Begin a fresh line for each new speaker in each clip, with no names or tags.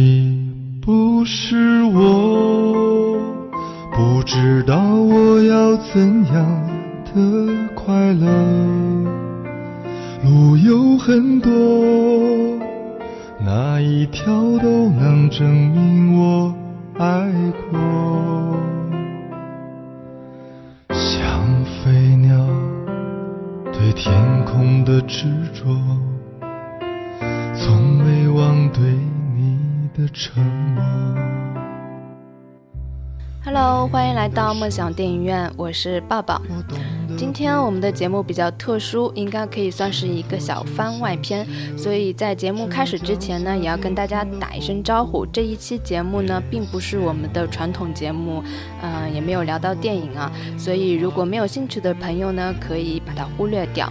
你不是我，不知道我要怎样的快乐。路有很多，哪一条都能证明我爱过。像飞鸟对天空的执着，从没忘对你的承诺。
Hello，欢迎来到梦想电影院，我是抱抱。
我懂得
今天我们的节目比较特殊，应该可以算是一个小番外篇，所以在节目开始之前呢，也要跟大家打一声招呼。这一期节目呢，并不是我们的传统节目，嗯、也没有聊到电影啊，所以如果没有兴趣的朋友呢，可以把它忽略掉。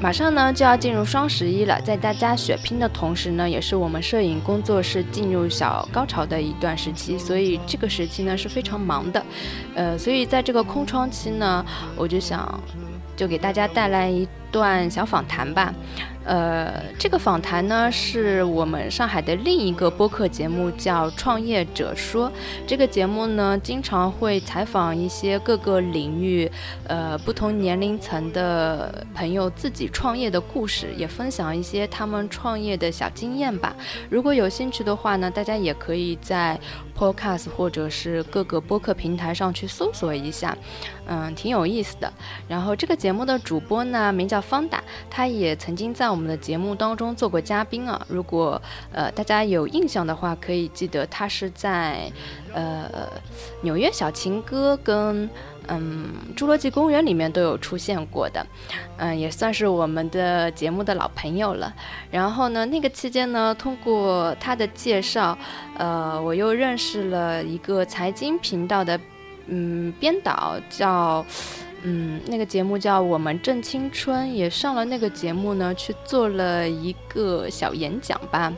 马上呢就要进入双十一了，在大家血拼的同时呢，也是我们摄影工作室进入小高潮的一段时期，所以这个时期呢是非常忙的，呃，所以在这个空窗期呢，我就想就给大家带来一段小访谈吧。呃，这个访谈呢是我们上海的另一个播客节目叫《创业者说》，这个节目呢经常会采访一些各个领域呃不同年龄层的朋友自己创业的故事，也分享一些他们创业的小经验吧。如果有兴趣的话呢，大家也可以在 Podcast 或者是各个播客平台上去搜索一下，嗯，挺有意思的。然后这个节目的主播呢，名叫方达，他也曾经在我们的节目当中做过嘉宾啊。如果呃大家有印象的话，可以记得他是在呃纽约小情歌跟嗯侏罗纪公园里面都有出现过的，嗯，也算是我们的节目的老朋友了。然后呢，那个期间呢，通过他的介绍，呃，我又认识了一个财经频道的嗯编导叫。嗯，那个节目叫《我们正青春》，也上了那个节目呢，去做了一个小演讲吧。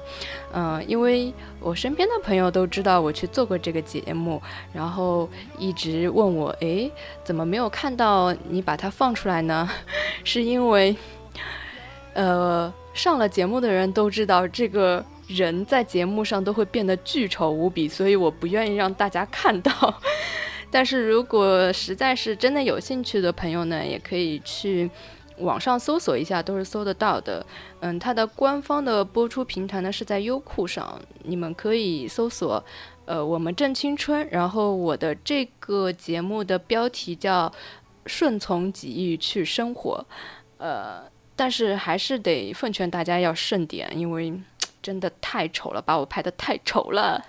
嗯、因为我身边的朋友都知道我去做过这个节目，然后一直问我，诶，怎么没有看到你把它放出来呢？ 是因为，呃，上了节目的人都知道这个。人在节目上都会变得巨丑无比，所以我不愿意让大家看到。但是如果实在是真的有兴趣的朋友呢，也可以去网上搜索一下，都是搜得到的。嗯，它的官方的播出平台呢是在优酷上，你们可以搜索。呃，我们正青春，然后我的这个节目的标题叫“顺从己欲去生活”，呃，但是还是得奉劝大家要慎点，因为真的太丑了，把我拍的太丑了。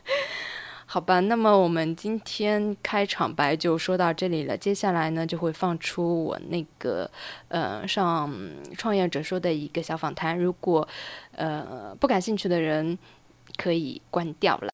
好吧，那么我们今天开场白就说到这里了。接下来呢，就会放出我那个呃上创业者说的一个小访谈。如果呃不感兴趣的人可以关掉了。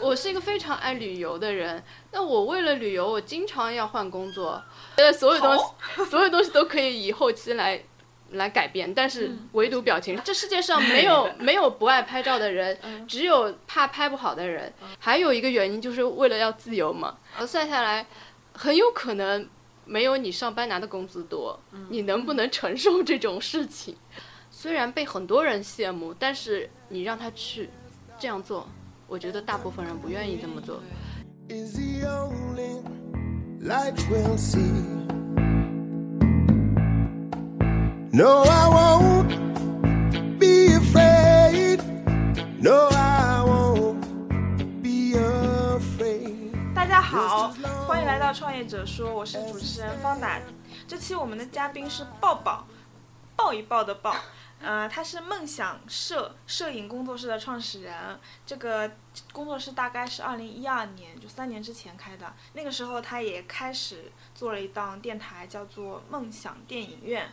我是一个非常爱旅游的人，那我为了旅游，我经常要换工作，觉得所有东西， 所有东西都可以以后期来来改变，但是唯独表情，这世界上没有没有不爱拍照的人，只有怕拍不好的人。还有一个原因就是为了要自由嘛，呃算下来，很有可能没有你上班拿的工资多，你能不能承受这种事情？虽然被很多人羡慕，但是你让他去这样做，我觉得大部分人不愿意这么做。
is the only light we'll see. No, I won't be afraid. No, I won't be afraid.
大家好，欢迎来到《创业者说》，我是主持人方达。这期我们的嘉宾是抱抱，抱一抱的抱。呃，他是梦想摄摄影工作室的创始人。这个工作室大概是二零一二年，就三年之前开的。那个时候，他也开始做了一档电台，叫做《梦想电影院》。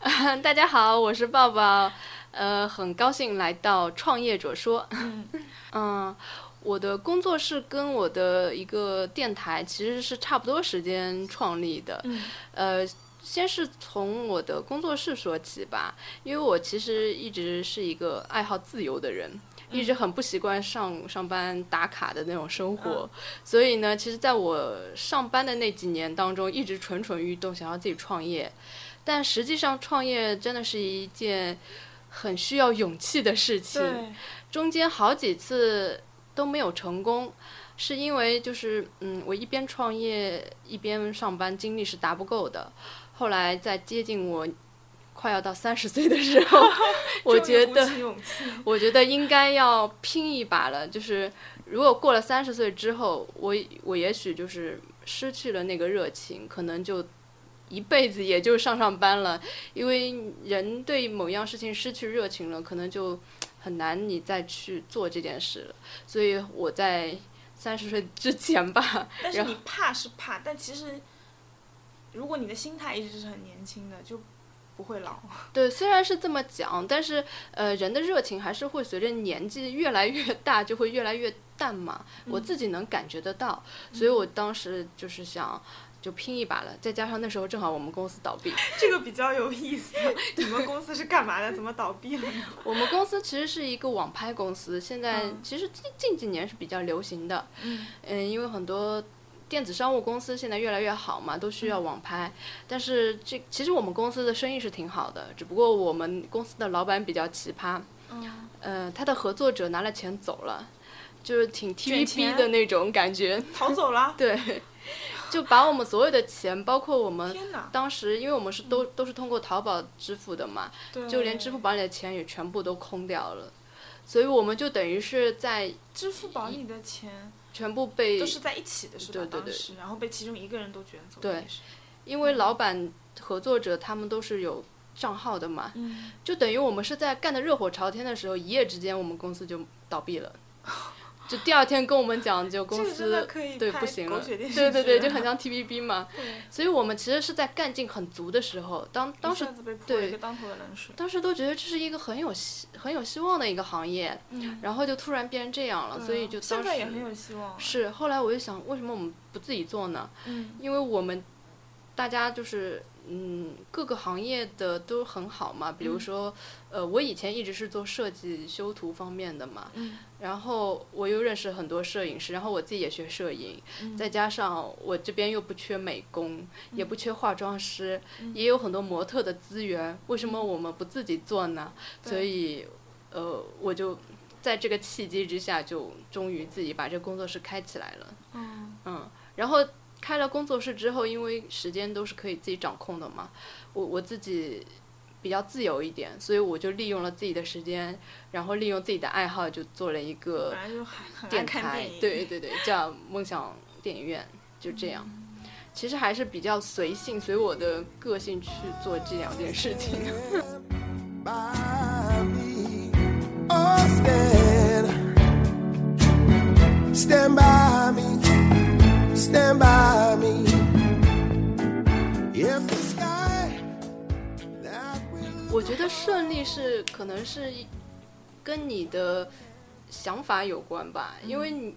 嗯大家好，我是抱抱，呃，很高兴来到《创业者说》。
嗯，
嗯，我的工作室跟我 的一个电台其实是差不多时间创立的，
嗯
呃，先是从我的工作室说起吧，因为我其实一直是一个爱好自由的人，一直很不习惯上上班打卡的那种生活，所以呢，其实在我上班的那几年当中，一直蠢蠢欲动，想要自己创业，但实际上创业真的是一件很需要勇气的事情。
对，
中间好几次都没有成功，是因为就是嗯，我一边创业一边上班，精力是达不够的。后来在接近我快要到三十岁的时候，我
终于
觉
鼓
得
起勇气，
我觉得应该要拼一把了。就是如果过了三十岁之后，我我也许就是失去了那个热情，可能就一辈子也就上上班了。因为人对某样事情失去热情了，可能就很难你再去做这件事了。所以我在三十岁之前吧，
但是
然后
你怕是怕，但其实如果你的心态一直是很年轻的，就不会老。
对，虽然是这么讲，但是呃，人的热情还是会随着年纪越来越大，就会越来越淡嘛。我
嗯
自己能感觉得到，所以我当时就是想。就拼一把了，再加上那时候正好我们公司倒 闭，
这个比较有 意思。你们公司是干嘛的？怎么倒闭了呢？
我们公司其实是一个网拍公司，现在
嗯
其实近近几年是比较流行的，
嗯
嗯，因为很多电子商务公司现在越来越好嘛，都
嗯
需要网拍。但是这其实我们公司的生意是挺好的，只不过我们公司的老板比较奇葩，
嗯，
呃，他的合作者拿了钱走了，就是挺
卷
TVB
钱
的那种感觉，
逃走了。
对，就把我们所有的钱，包括我们。
天哪！
当时，因为我们是都
嗯
都是通过淘宝支付的嘛，
对，
就连支付宝里的钱也全部都空掉了，所以我们就等于是在
支付宝里的钱
全部被
都是在一起的，是吧？
对对对
当时，然后被其中一个人都卷走。
对
也是，
因为老板合作者他们都是有账号的嘛，
嗯，
就等于我们是在干的热火朝天的时候，一夜之间我们公司就倒闭了。就第二天跟我们讲，就公
这个真的
司
可以
对
拍
不行
狗
了，
血电视
对对对，就
剧了
很像 TVB 嘛。
对
所以我们其实是在干劲很足的时候，当当
一
时
下子被泼了
对
一个当头的冷水。
当时都觉得这是一个很有希很有希望的一个行业，
嗯，
然后就突然变成这样了，
对啊
所以就当
现
时
在也很有希望。
是后来我就想，为什么我们不自己做呢？
嗯，
因为我们大家就是嗯，各个行业的都很好嘛。比如
嗯
说，呃，我以前一直是做设计修图方面的嘛，
嗯
然后我又认识很多摄影师，然后我自己也学摄影，再加上我这边又不缺美工，也不缺化妆师，也有很多模特的资源，为什么我们不自己做呢？
对
所以，呃，我就。在这个契机之下，就终于自己把这个工作室开起来了。
嗯，
嗯，然后开了工作室之后，因为时间都是可以自己掌控的嘛，我我自己比较自由一点，所以我就利用了自己的时间，然后利用自己的爱好，就做了一
本
个
来就很很啊爱
电
看
台
电，影。
对对对，叫梦想电影院，就这样。
嗯
其实还是比较随性，随我的个性去做这两件事情。
by me. Oh, stand, stand by me, stand by me. If the sky that will
我觉得顺利是可能是一跟你的想法有关吧，因为
嗯
你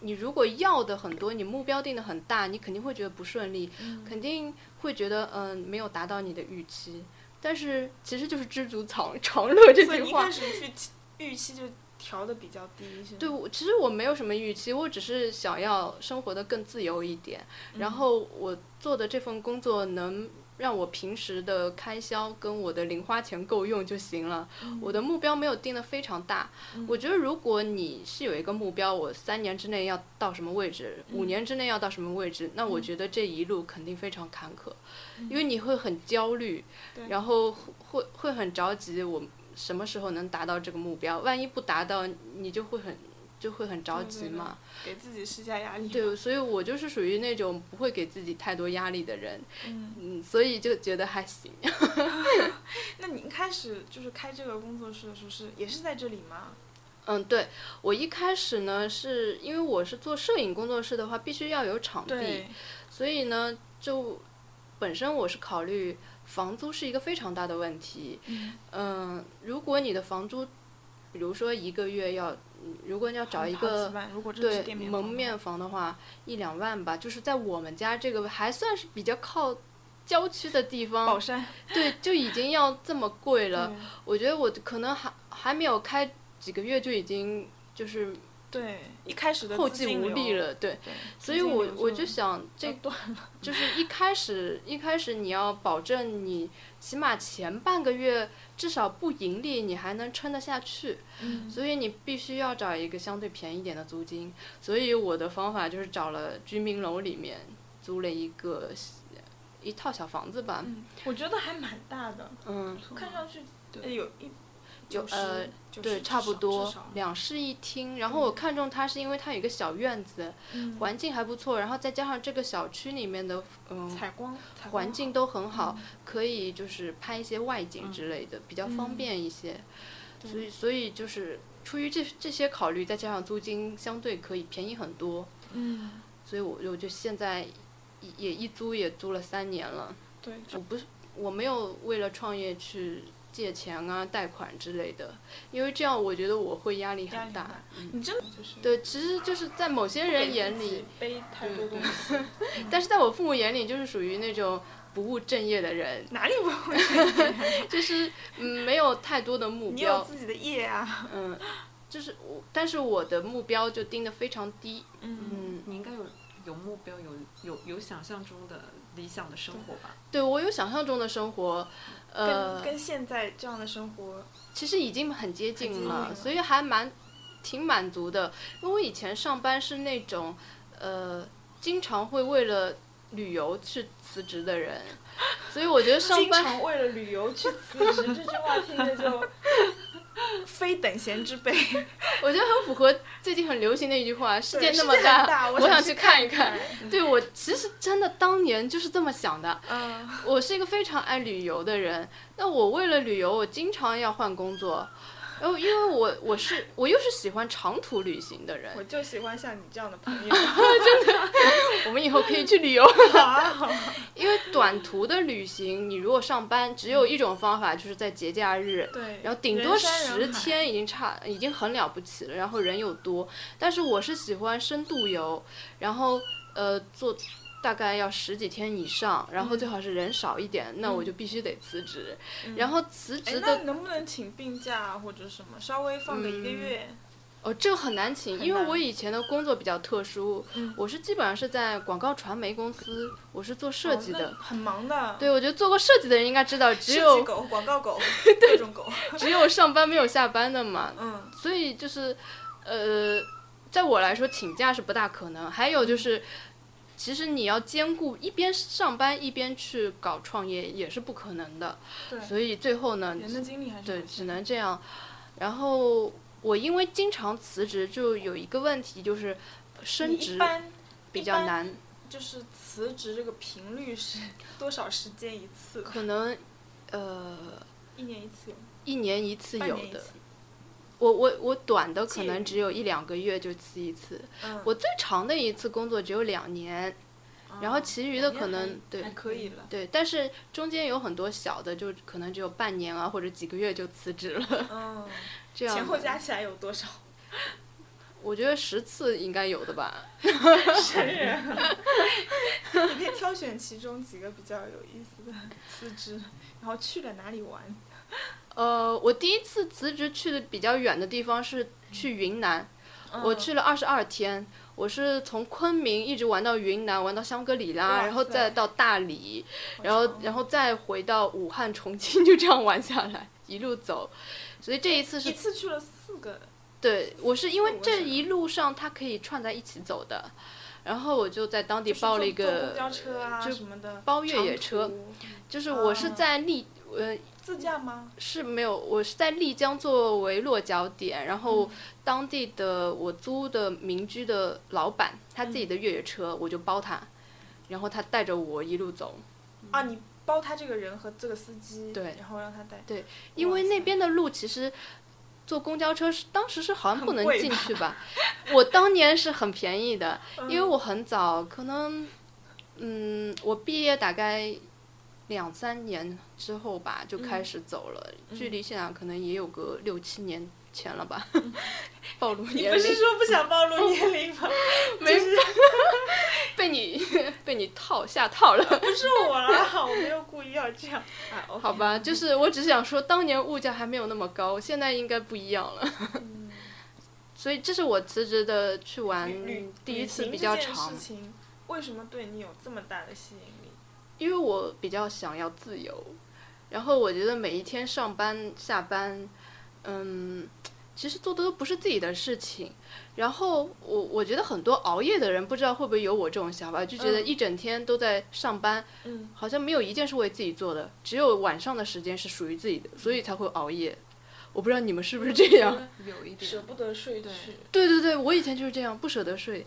你如果要的很多，你目标定的很大，你肯定会觉得不顺利，
嗯
肯定会觉得嗯、没有达到你的预期。但是其实就是知足常常乐这
所以
句
你一
话
开，始去预期就调的比较低，是吗？
对，我其实我没有什么预期，我只是想要生活的更自由一点。然后我做的这份工作能让我平时的开销跟我的零花钱够用就行了。我的目标没有定的非常大。我觉得如果你是有一个目标，我三年之内要到什么位置，五年之内要到什么位置，那我觉得这一路肯定非常坎坷，因为你会很焦虑，
对
然后会会很着急，我什么时候能达到这个目标？万一不达到，你就会很就会很着
对
急
对对
嘛。
给自己施加压力。
对，所以我就是属于那种不会给自己太多压力的人，
嗯，
嗯，所以就觉得还行。
那你一开始就是开这个工作室的时候是也是在这里吗？
嗯，对我一开始呢，是因为我是做摄影工作室的话，必须要有场地，，所以呢，就本身我是考虑房租是一个非常大的问题。
嗯，
嗯，如果你的房租，比如说一个月要，嗯如果你要找一
好几
个
万，如果这是
对
店面
门
房的话
面房的话，一两万吧，就是在我们家这个还算是比较靠郊区的地
宝
方，
山，
对，就已经要这么贵了。
对
我觉得我可能还还没有开几个月就已经就是
对，一开始的
后
资
继
金
无
流
力，了，对，
对，
所以我我就
想
想，这
断了，
就是一开始一开始你要保证你起码前半个月至少不盈利，你还能撑得下去，
嗯
所以你必须要找一个相对便宜点的租金。所以我的方法就是找了居民楼里面租了一个一套小房子吧，
嗯，我觉得还蛮大的，
嗯，
看上去
对
呃有一
有
90
呃
90
对，
至
差不
少
多
至少
两室一厅。然后我看中它是因为它有一个小院子，
嗯
环境还不错，然后再加上这个小区里面的嗯
采光采光
环境都很好，
嗯
可以就是拍一些外景之类的，比较方
嗯
便一些。
对
所以所以就是出于这这些考虑，再加上租金相对可以便宜很多，
好嗯
所以我我就现在也也一租也租了三年了。
对
我不是我没有为了创业去借钱啊、贷款之类的，因为这样我觉得我会压力
压力
很
很
大嗯
大。你真的就是
对，其实就是在某些
不
人
给
眼
自己
里，嗯
背太多东西，
但是在我父母眼里就是属于那种不务正业的人，
哪里 不会？
就是嗯没有太多的目
你有
标，
自己的业啊，
嗯，就是我，但是我的目标就定得非常低，
嗯
嗯，
你应该有有目标，有有有想象中的理想的生活吧？
对我有想象中的生活，呃
跟，跟现在这样的生活，
其实已经很接近
近
了，
了
所以还蛮挺满足的。因为我以前上班是那种，呃，经常会为了旅游去辞职的人，所以我觉得上
经
班
常为了旅游去辞职，这句话听着 就非等闲之辈。
我觉得很符合最近很流行的一句话：世
对
界那
世
么
界很大
我
我
想
想
去
去
看一
看
看。对我其实真的当年就是这么想的。
嗯，
我是一个非常爱旅游的人，那我为了旅游，我经常要换工作。然后，因为我我是我又是喜欢长途旅行的人
我，就喜欢像你这样的 朋友。
我们以后可以去旅游。
好，
因为短途的旅行，你如果上班，只有一种方法，就是在节假日，
对，
然后顶
人
多
山人
十
海，
天已经差，已经很了不起了。然后人又多，但是我是喜欢深度游，然后呃做大概要十几天以上，然后最好是人少一点，那我就必须得辞职。然后辞
哎
职，
那
的
能不能请病假啊或者什么，稍微放个一个
嗯
月？
哦，这个很难请，
很
因为
难
我以前的工作比较特殊，
嗯
我是基本上是在广告传媒公司，我是做嗯设
哦
计
那
的。
很忙的。
对，我觉得做过设计的人应该知道，只
设计
有
狗、广 告狗，各种狗。
只有上班没有下班的嘛，
嗯，
所以就是，呃，在我来说，请假是不大可能。还有
嗯
就是，其实你要兼顾一边上班一边去搞创业也是不可能的。
对
所以最后呢，
人的精力还是
对，
有
只
限
能这样。然后我因为经常辞职，就有一个问题就是升
你
职
一般
比
一
较
般
难，
就是辞职这个频率是 多少时间一次？
可能呃
一年一次有吗，
一年一次
半
有
年一
的。
次。
我我我短的可
介
能
于
只有一两个月就辞一次，
嗯，
我最长的一次工作只有两年，然后
啊
其余的
两
可
年还
能对
还可以了。
对，但是中间有很多小的，就可能只有半年啊或者几个月就辞职了，
嗯，
这样
前后
的
加起来有 多少？
我觉得十次应该有的吧。
神人， 你可以挑选其中几个比较有意思的 辞职，然后去了哪里玩？
呃，我第一次辞职去的比较远的地方是去云南，我
嗯
去了二十二天，我是从昆明一直玩到云南，玩到香格里拉，
哇
然后
塞
再到大理，
好
然后
长啊
然后再回到武汉、重庆，就这样玩下来，一路走。所以这一次是
一次去了四个，
对，我是因为
我
这
是
一路上它可以串在一起走的，然后我就在当地
就是
包
坐
了一
坐公
个，
交车啊
就
什么的，
包越
长
野车
途
就是我是
啊
在丽，呃，
自驾吗？
是没有，我是在丽江作为落脚点，然后当地的我租的民居的老板他自己的越野车，我就包他，然后他带着我一路走，
啊，你包他这个人和这个司机，
嗯对
然后让他带，
因
哇
为那
塞
边的路其实。坐公交车是当时是好像不能
贵
进去吧？我当年是很便宜的，因为
嗯
我很早，可能，嗯，我毕业大概两三年之后吧，就开
嗯
始走了，
嗯
距离现在可能也有个六七年前了吧，暴露
嗯 你
年
不是
龄，
说不想暴露年龄吗？
没
就是
被你 被你套下套了。
不是我啦，我没有故意要 这样啊。OK
好，吧，就是我只是想说，当年物价还没有那么高，现在应该不一样了。 所以这是我辞职的去玩
嗯旅旅
嗯第一
旅
次
行
比
这
较
件
长
事，情为什么对你有这么大的吸引力？
因为我比较想要自由，然后我觉得每一天上班下班，嗯，其实做的都不是自己的事情。然后我我觉得很多熬夜的人不知道会不会有我这种想法，就觉得
嗯
一整天都在上班，
嗯，
好像没有一件是为自己做的，只有晚上的时间是属于自己的，所以才会熬夜。我不知道你们是不是这样？
有一
舍
点，
不得睡去
对，
对对对，我以前就是这样，不舍得睡，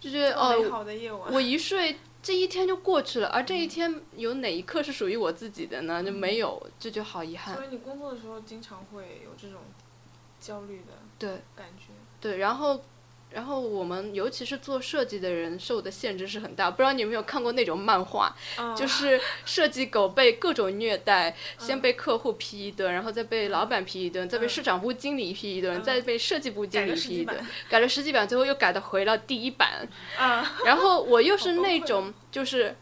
就觉
这
得
么美
哦，
好的夜晚，
我一睡这一天就过去了，而这一天有哪一刻是属于我自己的呢？就没有，这就好遗憾
所。以你工作的时候经常会有这种焦虑的
对
感觉。
对，然后。然后我们尤其是做设计的人受的限制是很大，不知道你有没有看过那种漫画，
嗯
就是设计狗被各种虐待，先被客户批一顿，然后再被老板批一顿，再被
嗯
市场部经理批一顿，
嗯
再被设计部经
改
理
个十
批一
几
顿
版，
改了十几版，最后又改到回到第一 版。
啊，
然后我又是
好崩
那
溃啊
种就是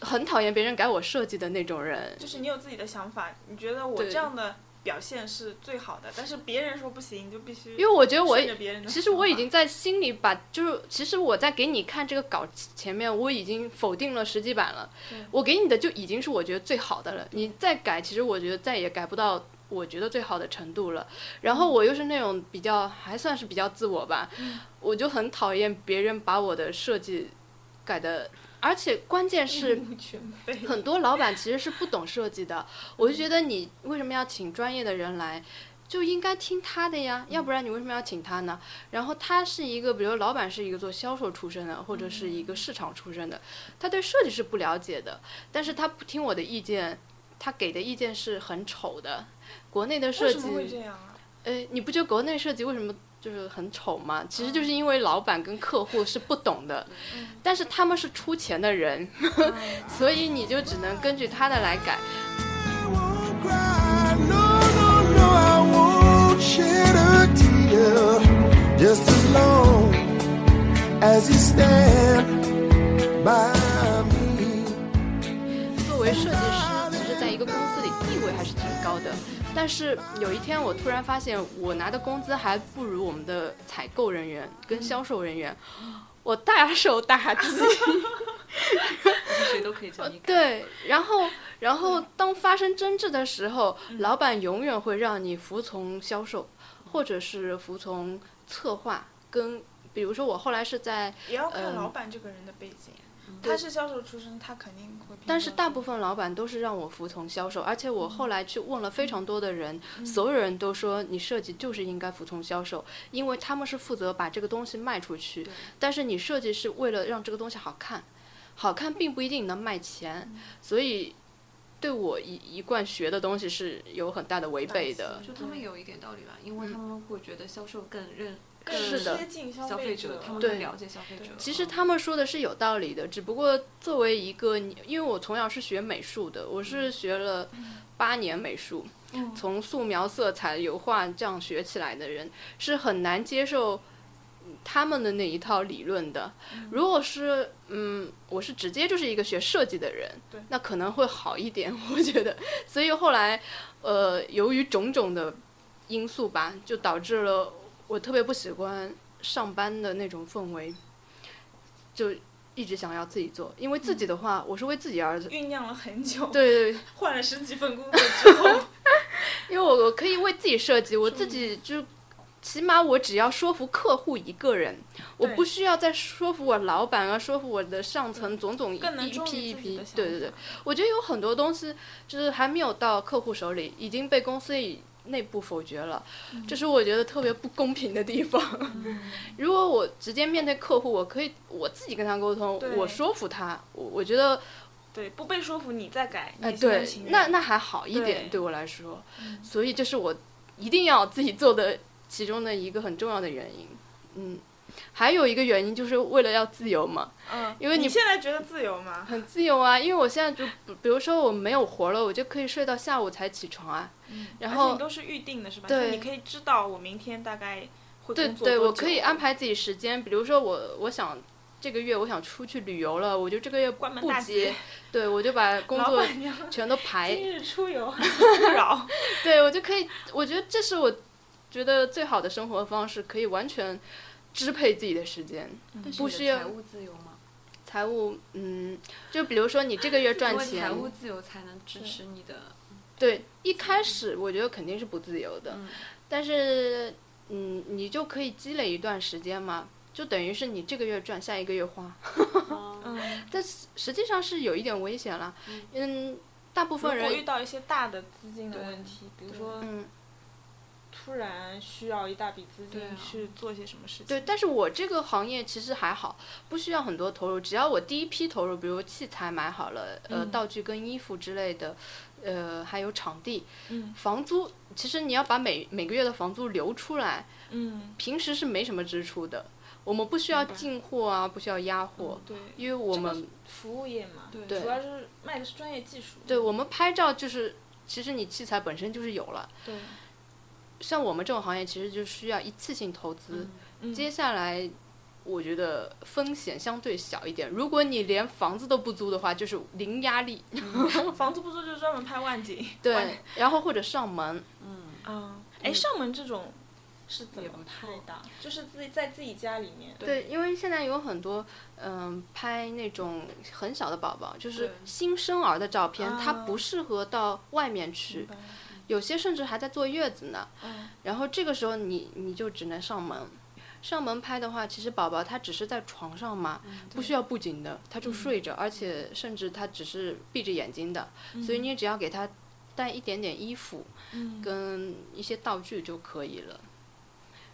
很讨厌别人改我设计的那种人，
就是你有自己的想法，你觉得我
对
这样的表现是最好的，但是别人说不行，你就必须
因为我觉得我
顺着别人的
其实我已经在心里把，就是其实我在给你看这个稿前面，我已经否定了十几版了
对。
我给你的就已经是我觉得最好的了，你再改，其实我觉得再也改不到我觉得最好的程度了。
嗯
然后我又是那种比较还算是比较自我吧，
嗯
我就很讨厌别人把我的设计改的，而且关键是
想法一 目全非。
很多老板其实是不懂设计的，我就觉得你为什么要请专业的人来，就应该听他的呀，要不然你为什么要请他呢？然后他是一个，比如老板是一个做销售出身的，或者是一个市场出身的，他对设计是不了解的，但是他不听我的意见，他给的意见是很丑的。国内的设
为什么会这
计，
样啊？
呃，你不觉得国内设计为什么就是很丑吗？其实就是因为老板跟客户是不懂的，但是他们是出钱的人， 所以你就只能根据他的来改。
I won't cry. No, no, no, I won't shed a tear. Just as long as you stand by me.
作为设计师，其实在一个公司里地位还是挺高的。但是有一天，我突然发现，我拿的工资还不如我们的采购人员跟销售人员，我大受打击。
谁都可以叫你改。
哦对，然后，然后当发生争执的时候，老板永远会让你服从销售，或者是服从策划跟。比如说，我后来是在
也要看
嗯
老板这个人的背景，啊
嗯
对
他是销售出身，他肯定会偏向这个。
但是大部分老板都是让我服从销售，而且我后来去问了非常多的人，所有人都说你设计就是应该服从销售，因为他们是负责把这个东西卖出去
对，
但是你设计是为了让这个东西好看，好看并不一定能卖钱，所以对我一一贯学的东西是有很大的违背的。
就他们有一点道理吧，因为他们会觉得销售更认
更
是的
贴近消
消费
者
者，，他们
嗯对
更了解消费者
对。
其实他们说的是有道理的，只不过作为一个，因为我从小是学美术的，我是学了八年美术，
嗯
从素描、色彩、油画这样学起来的人，是很难接受嗯他们的那一套理论的。如果是嗯，我是直接就是一个学设计的人
对，
那可能会好一点， 我觉得。所以后来，呃，由于种种的因素吧，就导致了我特别不喜欢上班的那种氛围，就一直想要自己做，因为自己的话，我是为自己而。
酝酿了很久，
对对，
换了十几份工作之后，
因为我我可以为自己设计，我自己就起码我只要说服客户一个人，我
对
不需要再说服我老板啊，说服我的上层种种一
更能
一
忠
批
于
一
自己
批
的想。法。
对对对，我觉得有很多东西就是还没有到客户手里，已经被公司以内部否决了，
嗯
这是我觉得特别不公平的地方。 如果我直接面对客户，我可以我自己跟他沟通
对，
我说服他，我我觉觉得
对，不被说服你再改，
哎，
你心甘
对
情，
那
愿
那还好一点
对嗯
对我来说，所以这是我一定要自己做的其中的一个很重要的原因。嗯，还有一个原因就是为了要自由嘛，
嗯，
因为
你
你
现在觉得自由吗？
很自由啊，因为我现在就比比如说我没有活了，我就可以睡到下午才起床啊，然
而且
后
你都是预定的是吧？
对
就你可以知道我明天大概会
对
工作
对，
多
我可
久啊
以安排自己时间，比如说我我想。这个月我想出去旅游了，我就这个月
关门
不
大
急
吉，
对我就把工
老
作
板娘
全都排
今日出游， 勿扰。
对我就可以，我觉得这是我觉得最好的生活方式，可以完全支配自己的时间。
嗯但是
不
你的
需要
财务自由吗？
财务，嗯，就比如说你这个月赚
因为财
钱，
务自由才能支持你的，
对，一开始我觉得肯定是不自由的，
嗯
但是嗯，你就可以积累一段时间嘛，就等于是你这个月赚，下一个月花，
哦
嗯，
但是实际上是有一点危险了。嗯，大部
如果
分
遇
人，
到一些大的资金的
对
问题，比如
对
说
嗯，
突然需要一大笔资
对啊
金去做些什么事情，
对，但是我这个行业其实还好，不需要很多投入，只要我第一批投入，比如器材买好了，呃，
嗯
道具跟衣服之类的，呃，还有场地，
嗯
房租，其实你要把每每个月的房租留出来，
嗯，
平时是没什么支出的，我们不需要
明白
进货啊，不需要压货，
对，
因为我
这个
们、
服务业嘛，
对
主要是卖的是专业技术，
对我们拍照就是，其实你器材本身就是有了，
对，
像我们这种行业其实就需要一次性投资，
嗯
接下来。我觉得风险相对小一点。如果你连房子都不租的话，就是零压力。
房子不租就专门拍万景，
对， 然后或者上门，
嗯，
嗯，哎，上门这种是怎
也
么
不
拍
错
的？就是自己在自己家里面，
对，因为现在有很多嗯、拍那种很小的宝宝，就是
对
新生儿的照片，它
啊
不适合到外面去
明，白
有些甚至还在坐月子呢。
嗯
然后这个时候你你就只能上门，上门拍的话，其实宝宝他只是在床上嘛，
嗯
不需要布景的，他就睡着，而且甚至他只是闭着眼睛的，所以你只要给他带一点点衣服
嗯，
跟一些道具就可以了。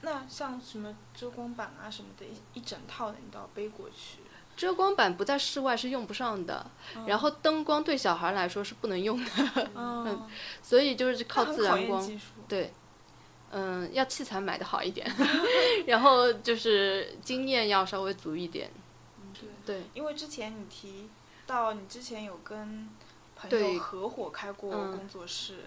那像什么遮光板啊什么的，一一整套的你都要背过去。
遮光板不在室外是用不上的，然后灯光对小孩来说是不能用的，
嗯，
所以就是靠
很
自
考
然
验
光。
技术
对，嗯，要器材买的好一点， 然后就是经验要稍微足一点。对，
因为之前你提到你之前有跟朋
对
友合伙开过
嗯
工作室，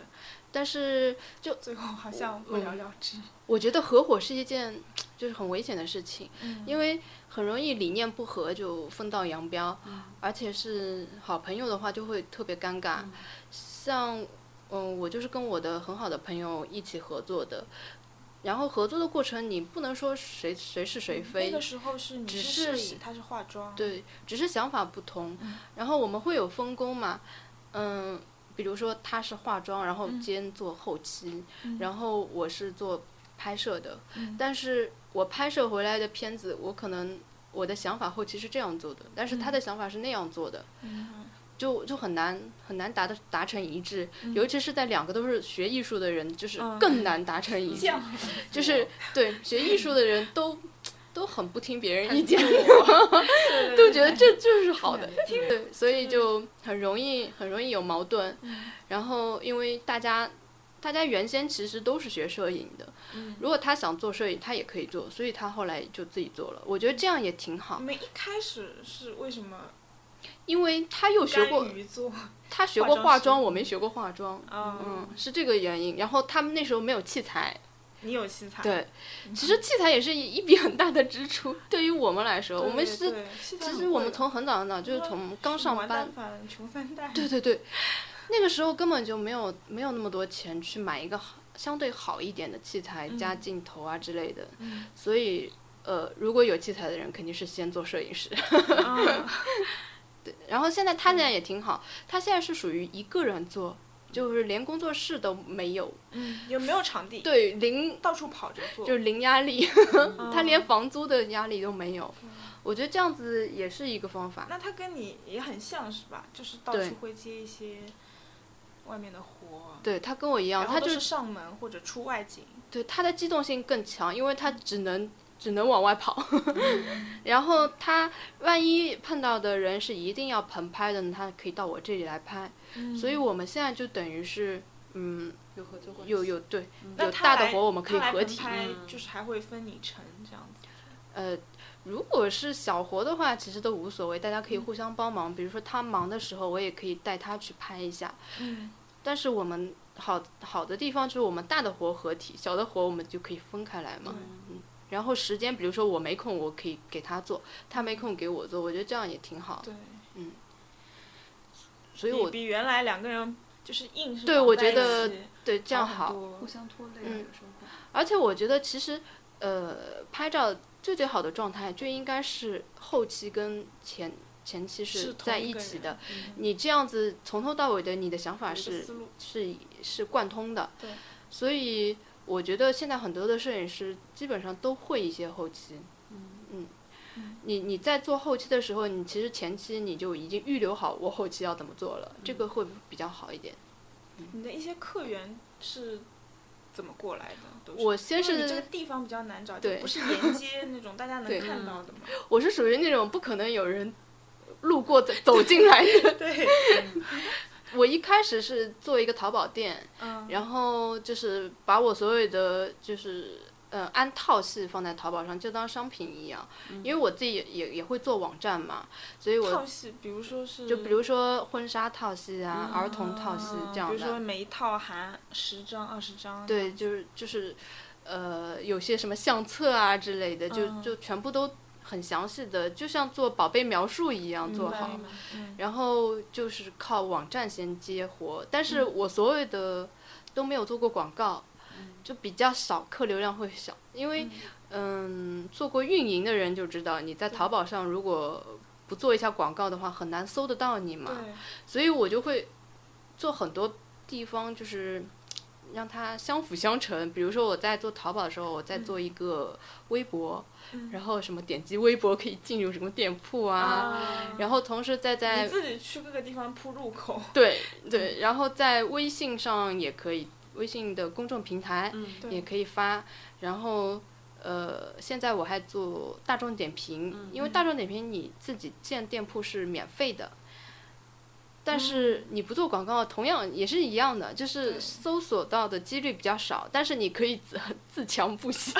但是
最后好像不
嗯
了了之。
我觉得合伙是一件就是很危险的事情，
嗯
因为很容易理念不合就分道扬镳，
嗯
而且是好朋友的话就会特别尴尬。
嗯
像嗯，我就是跟我的很好的朋友一起合作的。然后合作的过程，你不能说谁谁是谁非，
嗯那个时候是你
只
是摄
是
影，他是化妆。，
对，只是想法不同。
嗯
然后我们会有分工嘛，嗯，比如说他是化妆，然后兼做后期，
嗯
然后我是做拍摄的。
嗯
但是我拍摄回来的片子，我可能我的想法后期是这样做的，但是他的想法是那样做的，
嗯
就就很难很难达的达成一致，尤其是在两个都是学艺术的人，就是
嗯
更难达成一致。
这样
就是对学艺术的人都都很不听别人意见。
对
都觉得这就是好的，
听
对，所
嗯
以就很容易很容易有矛盾。然后因为大家大家原先其实都是学摄影的，
嗯
如果他想做摄影，他也可以做，所以他后来就自己做了。我觉得这样也挺好
你，们一开始是为什么
因为他又学过
甘，于做
他学
化
过
妆
化
师
妆，我没学过化妆。
啊？
嗯，是这个原因。然后他们那时候没有器材，
你有器材，
对，其实器材也是一一笔很大的支出。对于我们来说，
对，
我们
对
是
对器材
其
很
实我
贵
们
的
从很早很早就是从刚上
完
班
蛋反了穷三代，
对对对，那个时候根本就没有没有那么多钱去买一个好相对好一点的器材加镜头啊之类的，
嗯
所以呃，如果有器材的人肯定是先做摄影师。
啊
然后现在他现在也挺好，他现在是属于一个人做，就是连工作室都没有，
嗯，有没有场地？，
对零
到处跑着做，
就是零压力，
嗯
他连房租的压力都没有。我觉得这样子也是一个方法。
那他跟你也很像是吧？就是到
对
处会接一些外面的活，啊
对他跟我一样，
然
他
后
就
都是上门或者出外景，
对，它的机动性更强，因为它
嗯
只能只能往外跑。 然后它万一碰到的人是一定要棚拍的呢，它可以到我这里来拍。
嗯
所以我们现在就等于是，嗯，
有合作过，
有有对
嗯那
有
他
嗯大的
来
活我们可以
他来
合
棚
体。
拍
嗯
就是还会分你成这样子，
呃，如果是小活的话，其实都无所谓，大家
嗯
可以互相帮忙。比如说他忙的时候，我也可以带他去拍一下。
嗯，
但是我们好好的地方就是我们大的活合体，小的活我们就可以分开来嘛。
对
嗯，然后时间，比如说我没空，我可以给他做，他没空给我做，我觉得这样也挺好的。
对，
所以
比
我
比原来两个人就是硬是
对
绑
我
在
觉
一
得
起
对这样好
很。多
互相拖累啊，
嗯
有时候会。
而且我觉得其实，呃，拍照最最好的状态就应该是后期跟前前期
是
是
同
在
一
一
个
起
人嗯
的。你这样子从头到尾的你的想法
有一个
是
思路
是是贯通的。
对。
所以我觉得现在很多的摄影师基本上都会一些后期。嗯
嗯
你你在做后期的时候，你其实前期你就已经预留好我后期要怎么做
嗯
了，这个会比较好一点。
你的一些客源是怎么过来的？都是
我先
因为你这
是
个地方比较难找，
对
就不是沿街那种 大家能
对
看到的嘛。
我是属于那种不可能有人路过走走进来的。
对，
我一开始是做一个淘宝店，
嗯，
然后就是把我所有的就是呃按套系放在淘宝上，就当商品一样。因为我自己也也也会做网站嘛，所以
嗯套
我
系，比如说是，
就比如说婚纱套系啊、儿童套系
嗯
这样
比如说
的。
每一套含十张、二十张，，
对，就是就是呃有些什么相册啊之类的，就
嗯
就全部都很详细的，就像做宝贝描述一样做好。
明白。嗯，
然后就是靠网站先接活，但是我所有的都没有做过广告，就比较少，客流量会小，因为嗯做过运营的人就知道，你在淘宝上如果不做一下广告的话，很难搜得到你嘛，
对，
所以我就会做很多地方就是。让它相辅相成，比如说我在做淘宝的时候，我在做一个微博，
嗯
然后什么点击微博可以进入什么店铺啊，
啊
然后同时再在
你自己去各个地方铺入 口，
对对，然后在微信上也可以，微信的公众平台
嗯
也
对，
可以发。然后呃，现在我还做大众点评，
嗯
因为大众点评你自己建店铺是免费的。但是你不做广告，同样也是一样的，就是
对
搜索到的几率比较少，但是你可以自 自强不息，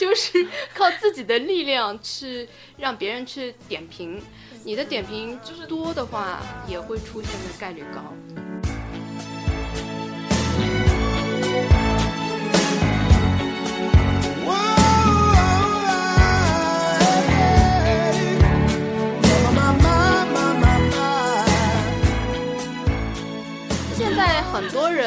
就是靠自己的力量去让别人去点评，你的点评就是多的话，也会出现的概率高。
Whoa, hey, my, my, my, my, my.
现在很多人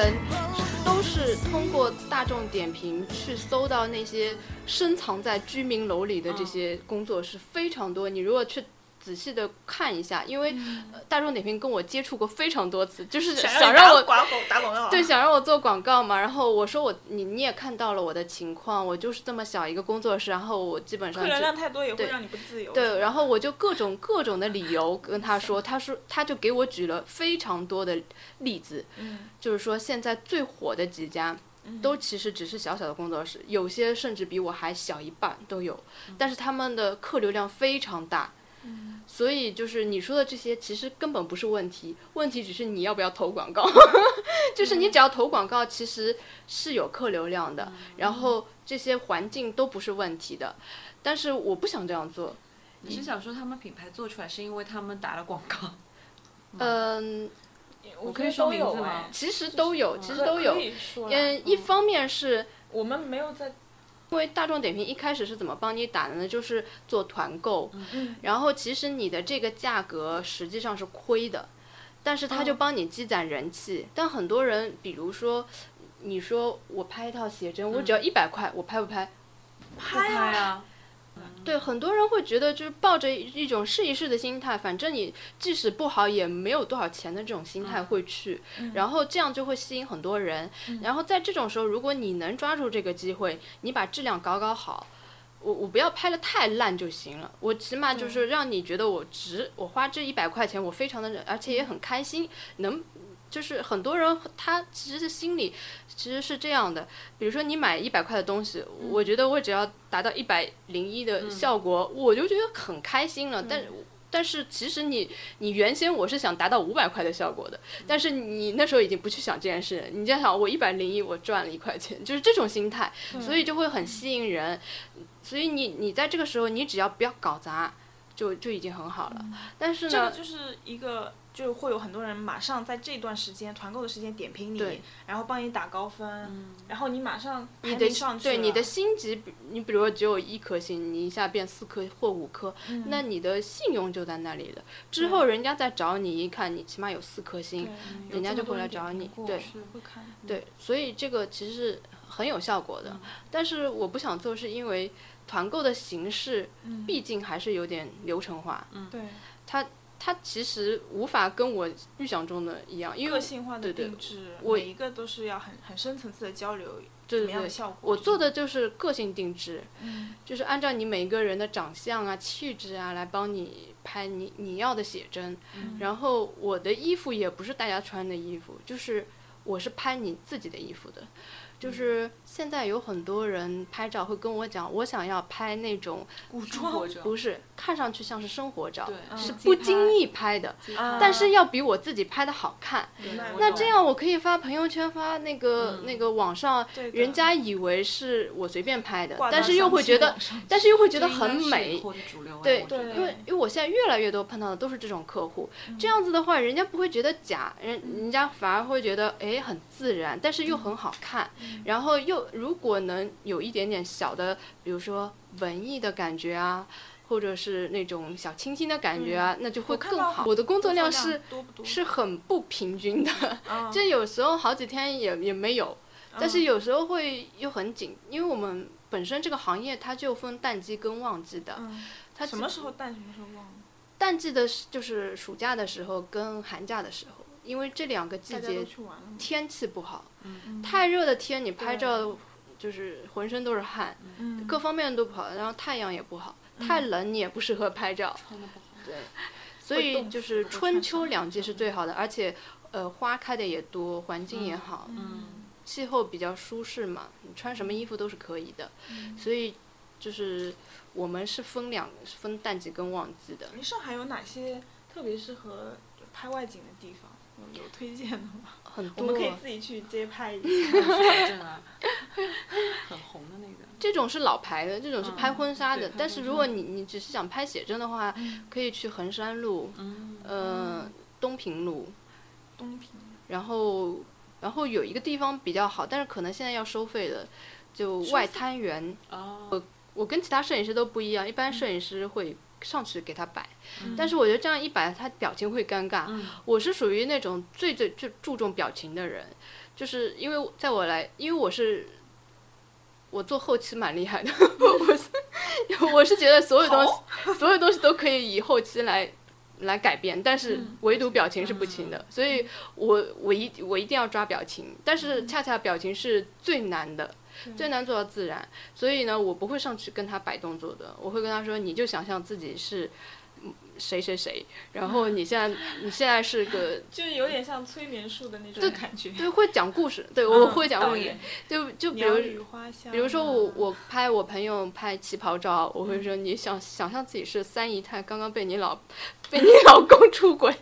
都是通过大众点评去搜到那些深藏在居民楼里的这
嗯
些工作是非常多。你如果去仔细的看一下，因为、
嗯
呃大众点评跟我接触过非常多次，就是想让我
打广打广告啊，
对，想让我做广告嘛，然后我说我你你也看到了我的情况，我就是这么小一个工作室，然后我基本上
客流
就
量太多也会
对
让你不自由。
对，然后我就各种各种的理由跟他说，他说他就给我举了非常多的例子，
嗯，
就是说现在最火的几家，都其实只是小小的工作室，有些甚至比我还小一半都有，
嗯
但是他们的客流量非常大。所以就是你说的这些，其实根本不是问题，问题只是你要不要投广告。 就是
嗯
你只要投广告，其实是有客流量的，然后这些环境都不是问题的。但是我不想这样做，
你是想说他们品牌做出来是因为他们打了广告？
嗯，
我
可以说名字吗
其实都有，其
其
实都有
哎可。以说啦，
嗯，一方面是
我们没有在，
因为大众点评一开始是怎么帮你打的呢？就是做团购，然后其实你的这个价格实际上是亏的，但是它就帮你积攒人气。但很多人，比如说，你说我拍一套写真，我只要一百块，我拍不拍？
拍啊，
对，很多人会觉得就是抱着一种试一试的心态，反正你即使不好也没有多少钱的这种心态会去，然后这样就会吸引很多人。然后在这种时候，如果你能抓住这个机会，你把质量搞搞好。我我不要拍的太烂就行了，我起码就是让你觉得我值，我花这一百块钱，我非常的，而且也很开心，能，就是很多人他其实是心里其实是这样的，比如说你买一百块的东西，我觉得我只要达到一百零一
嗯
的效果，我就觉得很开心了。但但是其实你你原先我是想达到五百块的效果的，
嗯
但是你那时候已经不去想这件事，你在想我一百零一我赚了一块钱，就是这种心态，
嗯
所以就会很吸引人。所以你你在这个时候，你只要不要搞砸，就就已经很好了。但是
嗯这个
呢，
就是一个，就会有很多人马上在这段时间团购的时间点评你
对，嗯
然后帮你打高分，然后你马上
你
排名
的
上去
对你
了
的星级，比你比如说只有一颗星，你一下变四颗或五颗，
嗯
那你的信用就在那里了。之后人家再找你一看，你起码有四颗星，
对
人家
这
就
么多
会来
人点
找
评
你
过
对
是会看，
对，所以这个其实是很有效果
嗯
的。但是我不想做，是因为团购的形式
嗯
毕竟还是有点流程化，
对
它其实无法跟我预想中的一样，因为
个性化的
对对
定制，
我
每一个都是要很很深层次的交流，
对
怎
对
么样的
对。
效果？嗯
我做
的
的就是个性定制，
嗯
就是按照你每一个人的长相啊、气质啊来帮你拍你你要的写真。
嗯
然后我的衣服也不是大家穿的衣服，就是我是拍你自己的衣服的。就是现在有很多人拍照会跟我讲，我想要拍那种
古
生活
装
者
不是看上去像是生活照，
对
是
嗯
不经意拍的，
意
啊
但是要比我自己拍的好看。那
我
这样我可以发朋友圈，发那个、
嗯
那个网上
对的
人家以为是我随便拍的
挂，
但
到
是又
相
会
机
觉得
网，上
但是又会觉得很美。
或者主流啊
对
我觉
对
得
因为因为我现在越来越多碰到的都是这种客户，
嗯
这样子的话，人家不会觉得假，人人家反而会觉得哎很自然，但是
嗯
又很好看，然后又如果能有一点点小的，比如说文艺的感觉啊，或者是那种小清新的感觉啊，那就会
嗯我看
更
到
好。
很
我的工作量
工
是
多不多？
是很不平均的，
啊，
就有时候好几天也也没有，但是
嗯
有时候会又很紧，因为我们本身这个行业它就分淡季跟旺季的，
嗯
它
什
其
么时候淡，什么时候忘了？
淡季的是就是暑假的时候跟寒假的时候，因为这两个季
大家都
节
去玩了吗？
天气不好，
嗯
太热的天你拍
对啊
照就是浑身都是汗，
嗯
各方面都不好，然后太阳也不好，太冷你也不适合拍照，
穿的不好，
所以
冻
就是
死会
春
穿嗯
秋
上
两
那
季是
种
最好的，而且呃花开的也多，环境也好，
嗯，
气候比较舒适嘛，你穿什么衣服都是可以的，
嗯
所以就是我们是分两分淡季跟旺季的。
哎，上海有哪些特别适合就拍外景的地方？有有推荐的吗？
很
我
多
们可以自己去街拍一下。
正啊，很红的那个，
这种是老牌的，这种是拍
嗯
婚纱
对
的。
拍
但
婚
是
纱
如果你你只是想拍写真的话，
嗯
可以去衡山路，
嗯
呃，东平路，
东平，
然后然后有一个地方比较好，但是可能现在要收费的，就
收
外
费
滩源。
哦，
我跟其他摄影师都不一样，一般摄影师会上去给他摆，
嗯
但是我觉得这样一摆，他表情会尴尬。
嗯
我是属于那种最最最注重表情的人，就是因为在我来，因为我是我做后期蛮厉害的，我是我是觉得所有东西所有东西都可以以后期来。来改变，但是
嗯
唯独表情是不行的，所以我我一我一定要抓表情，但是恰恰表情是最难的，最难做到自然。所以呢，我不会上去跟他摆动作的，我会跟他说，你就想象自己是嗯谁谁谁，然后你现在你现在是个
就是有点像催眠术的那种
对
感觉。
对会讲故事，对
嗯
我会讲
导
故事
演，
就就比
鸟
如
语花香啊。
比如说我我拍我朋友拍旗袍照，我
嗯
会说你想想象自己是三姨太，刚刚被你老被你老公出轨，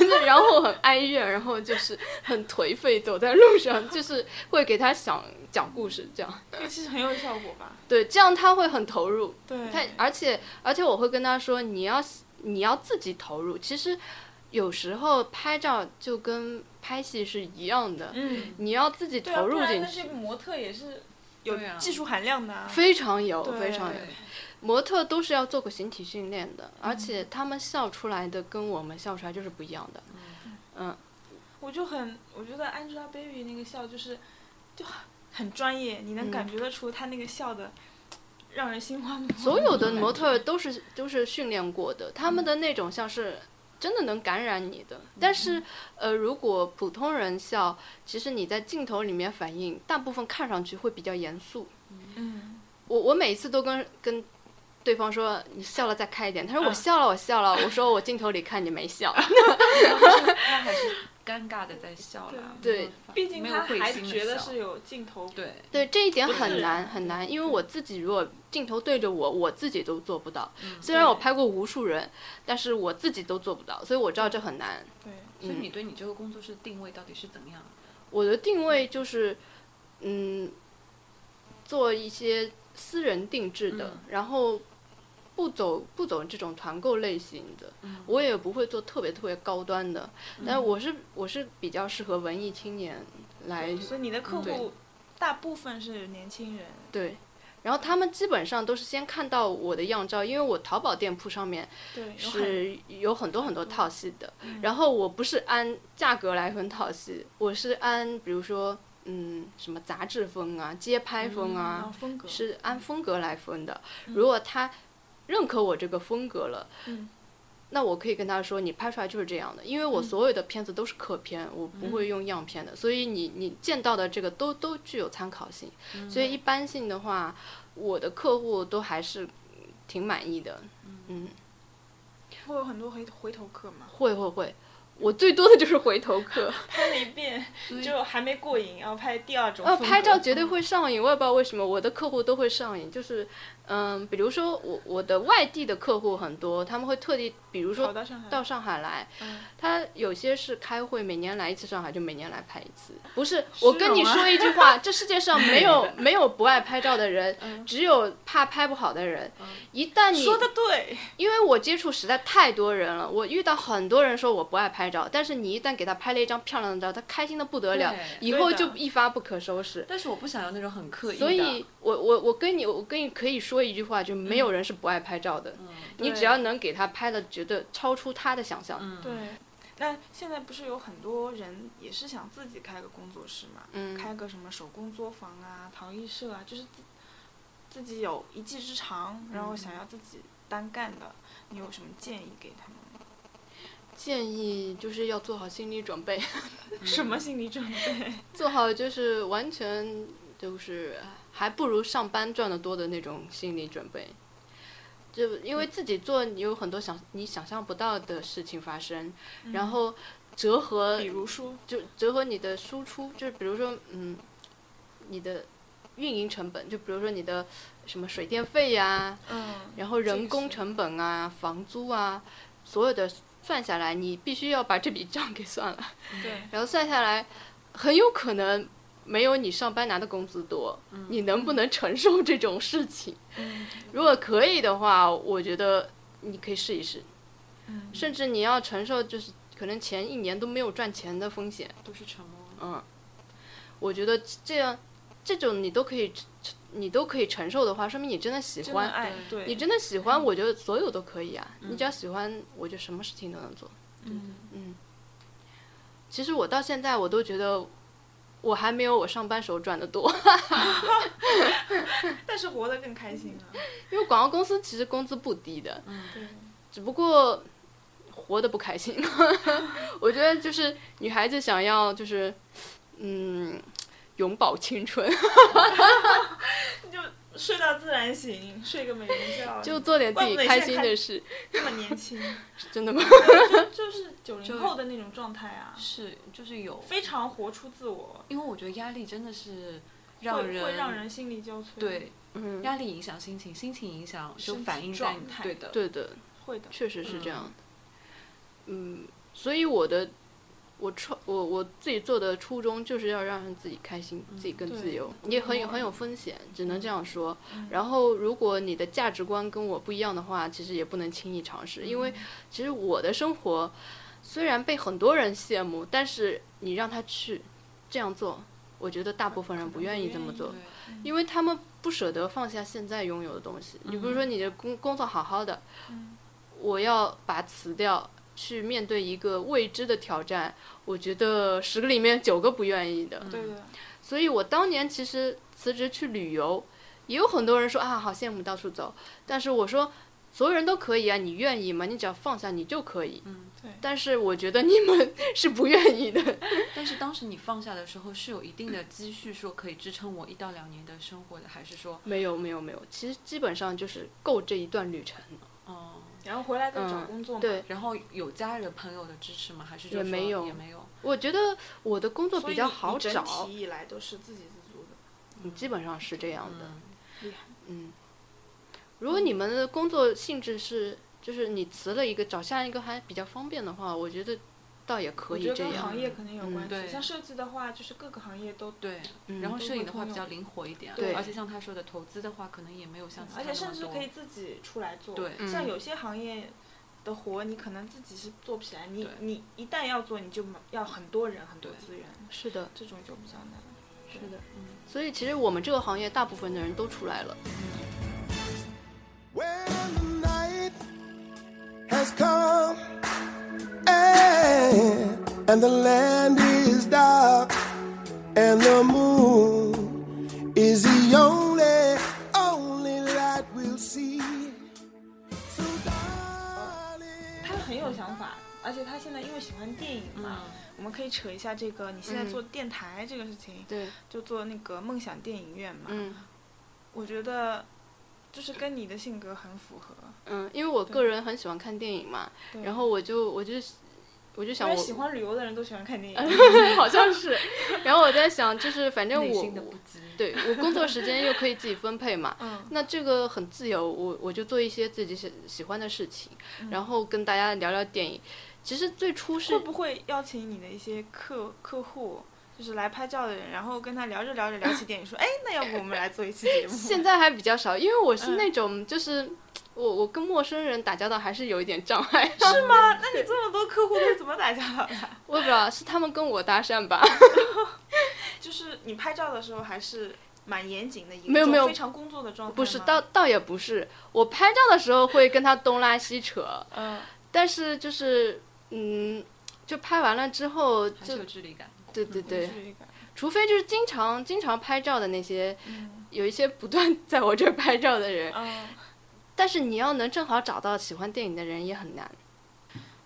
就是然后很哀怨，然后就是很颓废，走在路上就是会给他想讲故事这样。
这个其实很有效果吧？
对，这样他会很投入。
对
他而且而且我会跟他说，你要你要自己投入。其实有时候拍照就跟拍戏是一样的，
嗯，
你要自己
对啊，
投
不
入
然
进
那
去
些，模特也是有
对啊
技术含量的啊。
非常有非
对嗯
常有
对。
模特都是要做过形体训练的，而且他们笑出来的跟我们笑出来就是不一样的。嗯，
我就很，我觉得 Angelababy 那个笑就是，就很很专业，你
嗯
能感觉得出她那个笑的，让人心花怒放。
所有的
嗯
模特儿都是都是训练过的，他们的那种像是真的能感染你
嗯
的。但是，呃，如果普通人笑，其实你在镜头里面反应，大部分看上去会比较严肃。
嗯，
我我每次都跟跟对方说你笑了再开一点，他
嗯
说我笑了我笑了，我说我镜头里看你没 笑。
他还是尴尬的在笑啦，
对
没有发
毕竟
没有
她
会
还
心地
觉得
笑
是有镜头。
对，
对这一点
不自
很
然
难很难，因为我自己如果镜头对着我，我自己都做不到。
嗯
虽然
对
我拍过无数人，但是我自己都做不到，所以我知道这很难。
对，
所以你对你这个工作室定位到底是怎样？
我的定位就是，嗯，做一些私人定制的，
嗯
然后不走不走这种团购类型的，我也不会做特别特别高端的，但是我是我是比较适合文艺青年来
所以你的客户
哎嗯对
大部分是年轻人，
对，然后他们基本上都是先看到我的样照，因为我淘宝店铺上面
对，有很嗯
是有很多很多套系的，然后我不是按价格来分套系，我是按比如说嗯什么杂志风啊、街拍风啊，
啊风格
是按风格来分的。如果他认可我这个风格了，
嗯
那我可以跟他说，你拍出来就是这样的，因为我所有的片子都是客片，我不
嗯
会用样片的，所以你你见到的这个都都具有参考性。
嗯
所以一般性的话，我的客户都还是挺满意的。嗯，
会有很多回回头客嘛，
会会会，我最多的就是回头 客。
拍了一遍就还没过瘾，然后拍第二种
呃，
风
拍
格
照绝对会上瘾，我也不知道为什么我的客户都会上瘾。就是，嗯，比如说我我的外地的客户很多，他们会特地，比如
跑
说
到上海
到上海来，
嗯
他有些是开会，每年来一次上海，就每年来拍一次。不是，我跟你说一句话，这世界上 没有嗯没有不爱拍照的人，只有怕拍不好的人。一旦你
说的对，
因为我接触实在太多人了，我遇到很多人说我不爱拍照，但是你一旦给他拍了一张漂亮的照，他开心的不得了，
对
以后
对的
就一发不可收拾。
但是我不想要那种很刻意的，
所以，我我我跟你我跟你可以说一句话，就没有人是不爱拍照的。你
对
只要能给他拍的，觉得超出他的想象，
嗯，
对。那现在不是有很多人也是想自己开个工作室嘛？
嗯，
开个什么手工作坊啊、陶艺社啊，就是自自己有一技之长，然
嗯
后想要自己单干的，你有什么建议给他们吗？
建议就是要做好心理准备，
什么心理准备？
做好就是完全就是还不如上班赚得多的那种心理准备。就因为自己做，你有很多想你想象不到的事情发生，然后折合
嗯比如说，
就折合你的输出，就是比如说，嗯，你的运营成本，就比如说你的什么水电费呀、
嗯，
然后人工成本啊、房租啊，所有的算下来，你必须要把这笔账给算了，
对，
然后算下来，很有可能没有你上班拿的工资多，你能不能承受这种事情？如果可以的话，我觉得你可以试一试，
嗯，
甚至你要承受就是可能前一年都没有赚钱的风险。
都是沉默。
嗯，我觉得这样，这种你都可以，你都可以承受的话，说明你真的喜
真的
欢。
爱，对，
你真的喜欢，我觉得所有都可以啊。你只要喜欢，我就什么事情都能做。
嗯，
嗯，其实我到现在我都觉得，我还没有我上班时候赚的多，
但是活得更开心啊。
因为广告公司其实工资不低的，
对，
只不过活得不开心。 我觉得就是女孩子想要就是，嗯，永葆青春。
睡到自然醒，睡个美容 觉，
就做点自己开心的事，
这么 年轻，
真的吗？
对就就是九零
就
后的那种状态啊，
是，就是有，
非常活出自我，
因为我觉得压力真的是让
会
人
会让人心力交瘁。，
对
嗯，
压力影响心情，心情影响就
身体
反映在
状
你
态
对的，
对的，
会的。
确实是这样的。嗯，所以我的我创我我自己做的初衷就是要让自己开心，自己更自
对
由，也很有很有风险，只能这样说。嗯然后，如果你的价值观跟我不一样的话，其实也不能轻易尝试，因为其实我的生活虽然被很多人羡慕，但是你让他去这样做。我觉得大部分人不愿意这么做，
对
因为他们不舍得放下现在拥有的东西。你比如说你的工工作好好的，嗯我要把它辞掉，去面对一个未知的挑战，我觉得十个里面九个不愿意的。
嗯对的，
所以我当年其实辞职去旅游，也有很多人说啊，好羡慕到处走，但是我说。所有人都可以啊，你愿意吗？你只要放下，你就可以。
嗯
对
但是我觉得你们是不愿意的。
但是当时你放下的时候是有一定的积蓄，说可以支撑我一到两年的生活的，还是说，
没有，没有，没有。其实基本上就是够这一段旅程。
嗯，
然后回来再找
嗯
工作嘛。
对，
然后有家人朋友的支持吗？还是就
也
说
没有
也没有，
我觉得我的工作
所以
比较
你
好
你整
找，
体以来都是自给自足的，
嗯，基本上是这样的。
厉害。
嗯，如果你们的工作性质是，就是你辞了一个，找下一个还比较方便的话，我觉得倒也可
我
以
觉得
这
跟
样
行。业肯定有
嗯
关系。
对
像设计的话，就是各个行业都
对，
嗯
然后
都
摄
会
影的话
通
比较
用
灵活一点，
对
而且像他说的，投资的话可能也没有像其他
而
那么
且
嗯多，
甚至可以自己出来做。
对
嗯
像有些行业的活，你可能自己是做不起来，你
对
你一旦要做，你就要很多人、很多
对
资源，
是的，
这种就比较难。
是的。所以其实我们这个行业大部分的人都出来了。
When the night has come and, and the land is dark and the moon is the only, only light we'll see. So, darling,
嗯
他很有想法，而且他现在因为喜欢电影嘛，
嗯
我们可以扯一下这个你现在
嗯
做电台这个事情，
对，
就做那个梦想电影院嘛。
嗯
我觉得就是跟你的性格很符合。
嗯，因为我
对
个人很喜欢看电影嘛，
对
然后我就我就我就想
因
我
为喜欢旅游的人都喜欢看电影。
好像是，然后我在想，就是反正
内
我
心的不羁。
对我工作时间又可以自己分配嘛，
嗯，
那这个很自由，我我就做一些自己喜喜欢的事情，然后跟大家聊聊电影。其实最初是
嗯会不会邀请你的一些客客户，就是来拍照的人，然后跟他聊着聊着聊起电影，说，哎，那要不我们来做一期节目？
现在还比较少，因为我是
嗯
那种就是、我我跟陌生人打交道还是有一点障碍，
是吗？ 那你这么多客户都是怎么打交道的？
我也不知道是他们跟我搭讪吧，
就是你拍照的时候还是蛮严谨的，一个
没有
这种
没有
非常工作的状态吗。
不是倒倒也不是，我拍照的时候会跟他东拉西扯，
嗯，
但是就是嗯。就拍完了之后，
还是
就
有距离感，
对对对
有，距离感
除非就是经常经常拍照的那些，
嗯
有一些不断 在我这儿拍照的人，
嗯。
但是你要能正好找到喜欢电影的人也很难。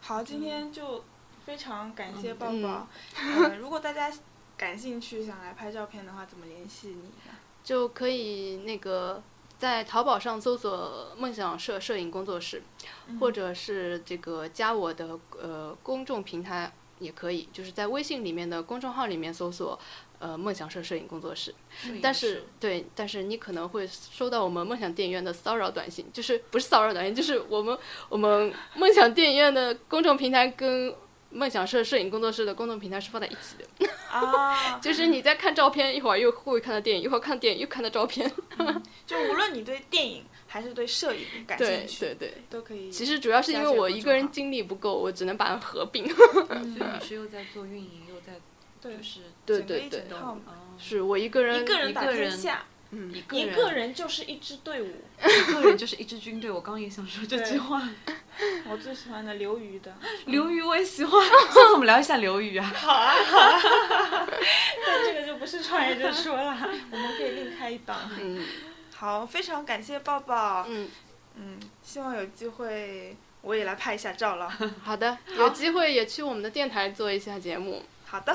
好，今天就非常感谢抱
嗯
抱。呃，如果大家感兴趣想来拍照片的话，怎么联系你呢？
就可以那个在淘宝上搜索“梦想摄摄影工作室”，或者是这个加我的呃公众平台也可以，就是在微信里面的公众号里面搜索。呃，梦想社摄影工作室，
摄影
但
师
是对，但是你可能会收到我们梦想电影院的骚扰短信，就是不是骚扰短信，就是我们我们梦想电影院的公众平台跟梦想社摄影工作室的公众平台是放在一起的，
啊，
就是你在看照片，一会儿又会看到电影，一会儿看电影又看到照 片。
嗯就无论你对电影还是对摄影感
对
兴趣，
对对，
都可以。
其实主要是因为我一个人精力不够，我只能把它合并。
嗯所以你是又在做运营，又在
对
就是
对
整个
对
一整
对，
套嘛
哦
是我一个人
一个人
一
打
个
天
人
下，
一个
一
人
个人就是一支队伍。
一个人就是一支军队。我刚刚也想说这句 话，
我最喜欢的刘瑜的，
刘宇我也喜欢。 下次我们聊一下刘宇啊。
但这个就不是创业者说了，我们可以另开一档。
嗯
好，非常感谢抱抱，
嗯，
嗯，希望有机会我也来拍一下照了。
好的，有机会也去我们的电台做一下节目。
好的。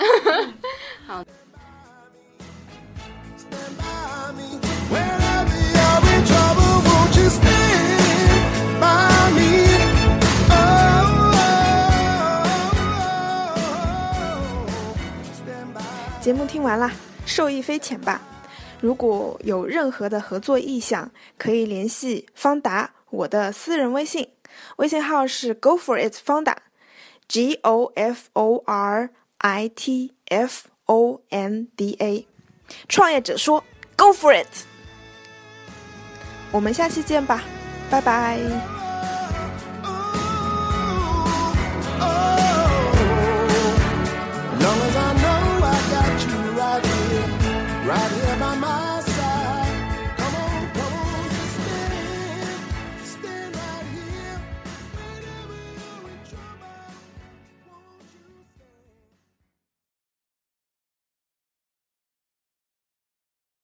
stand by me. Whenever you're in trouble, won't you stand by me? Oh, oh, oh, oh. stand by me.
节目听完啦，受益匪浅吧。如果有任何的合作意向，可以联系方达我的私人微信，微信号是 Go for it 方达，G O F O R I T F O N D A。创业者说 Go for it，我们下期见吧，拜拜。
Oh, oh, oh.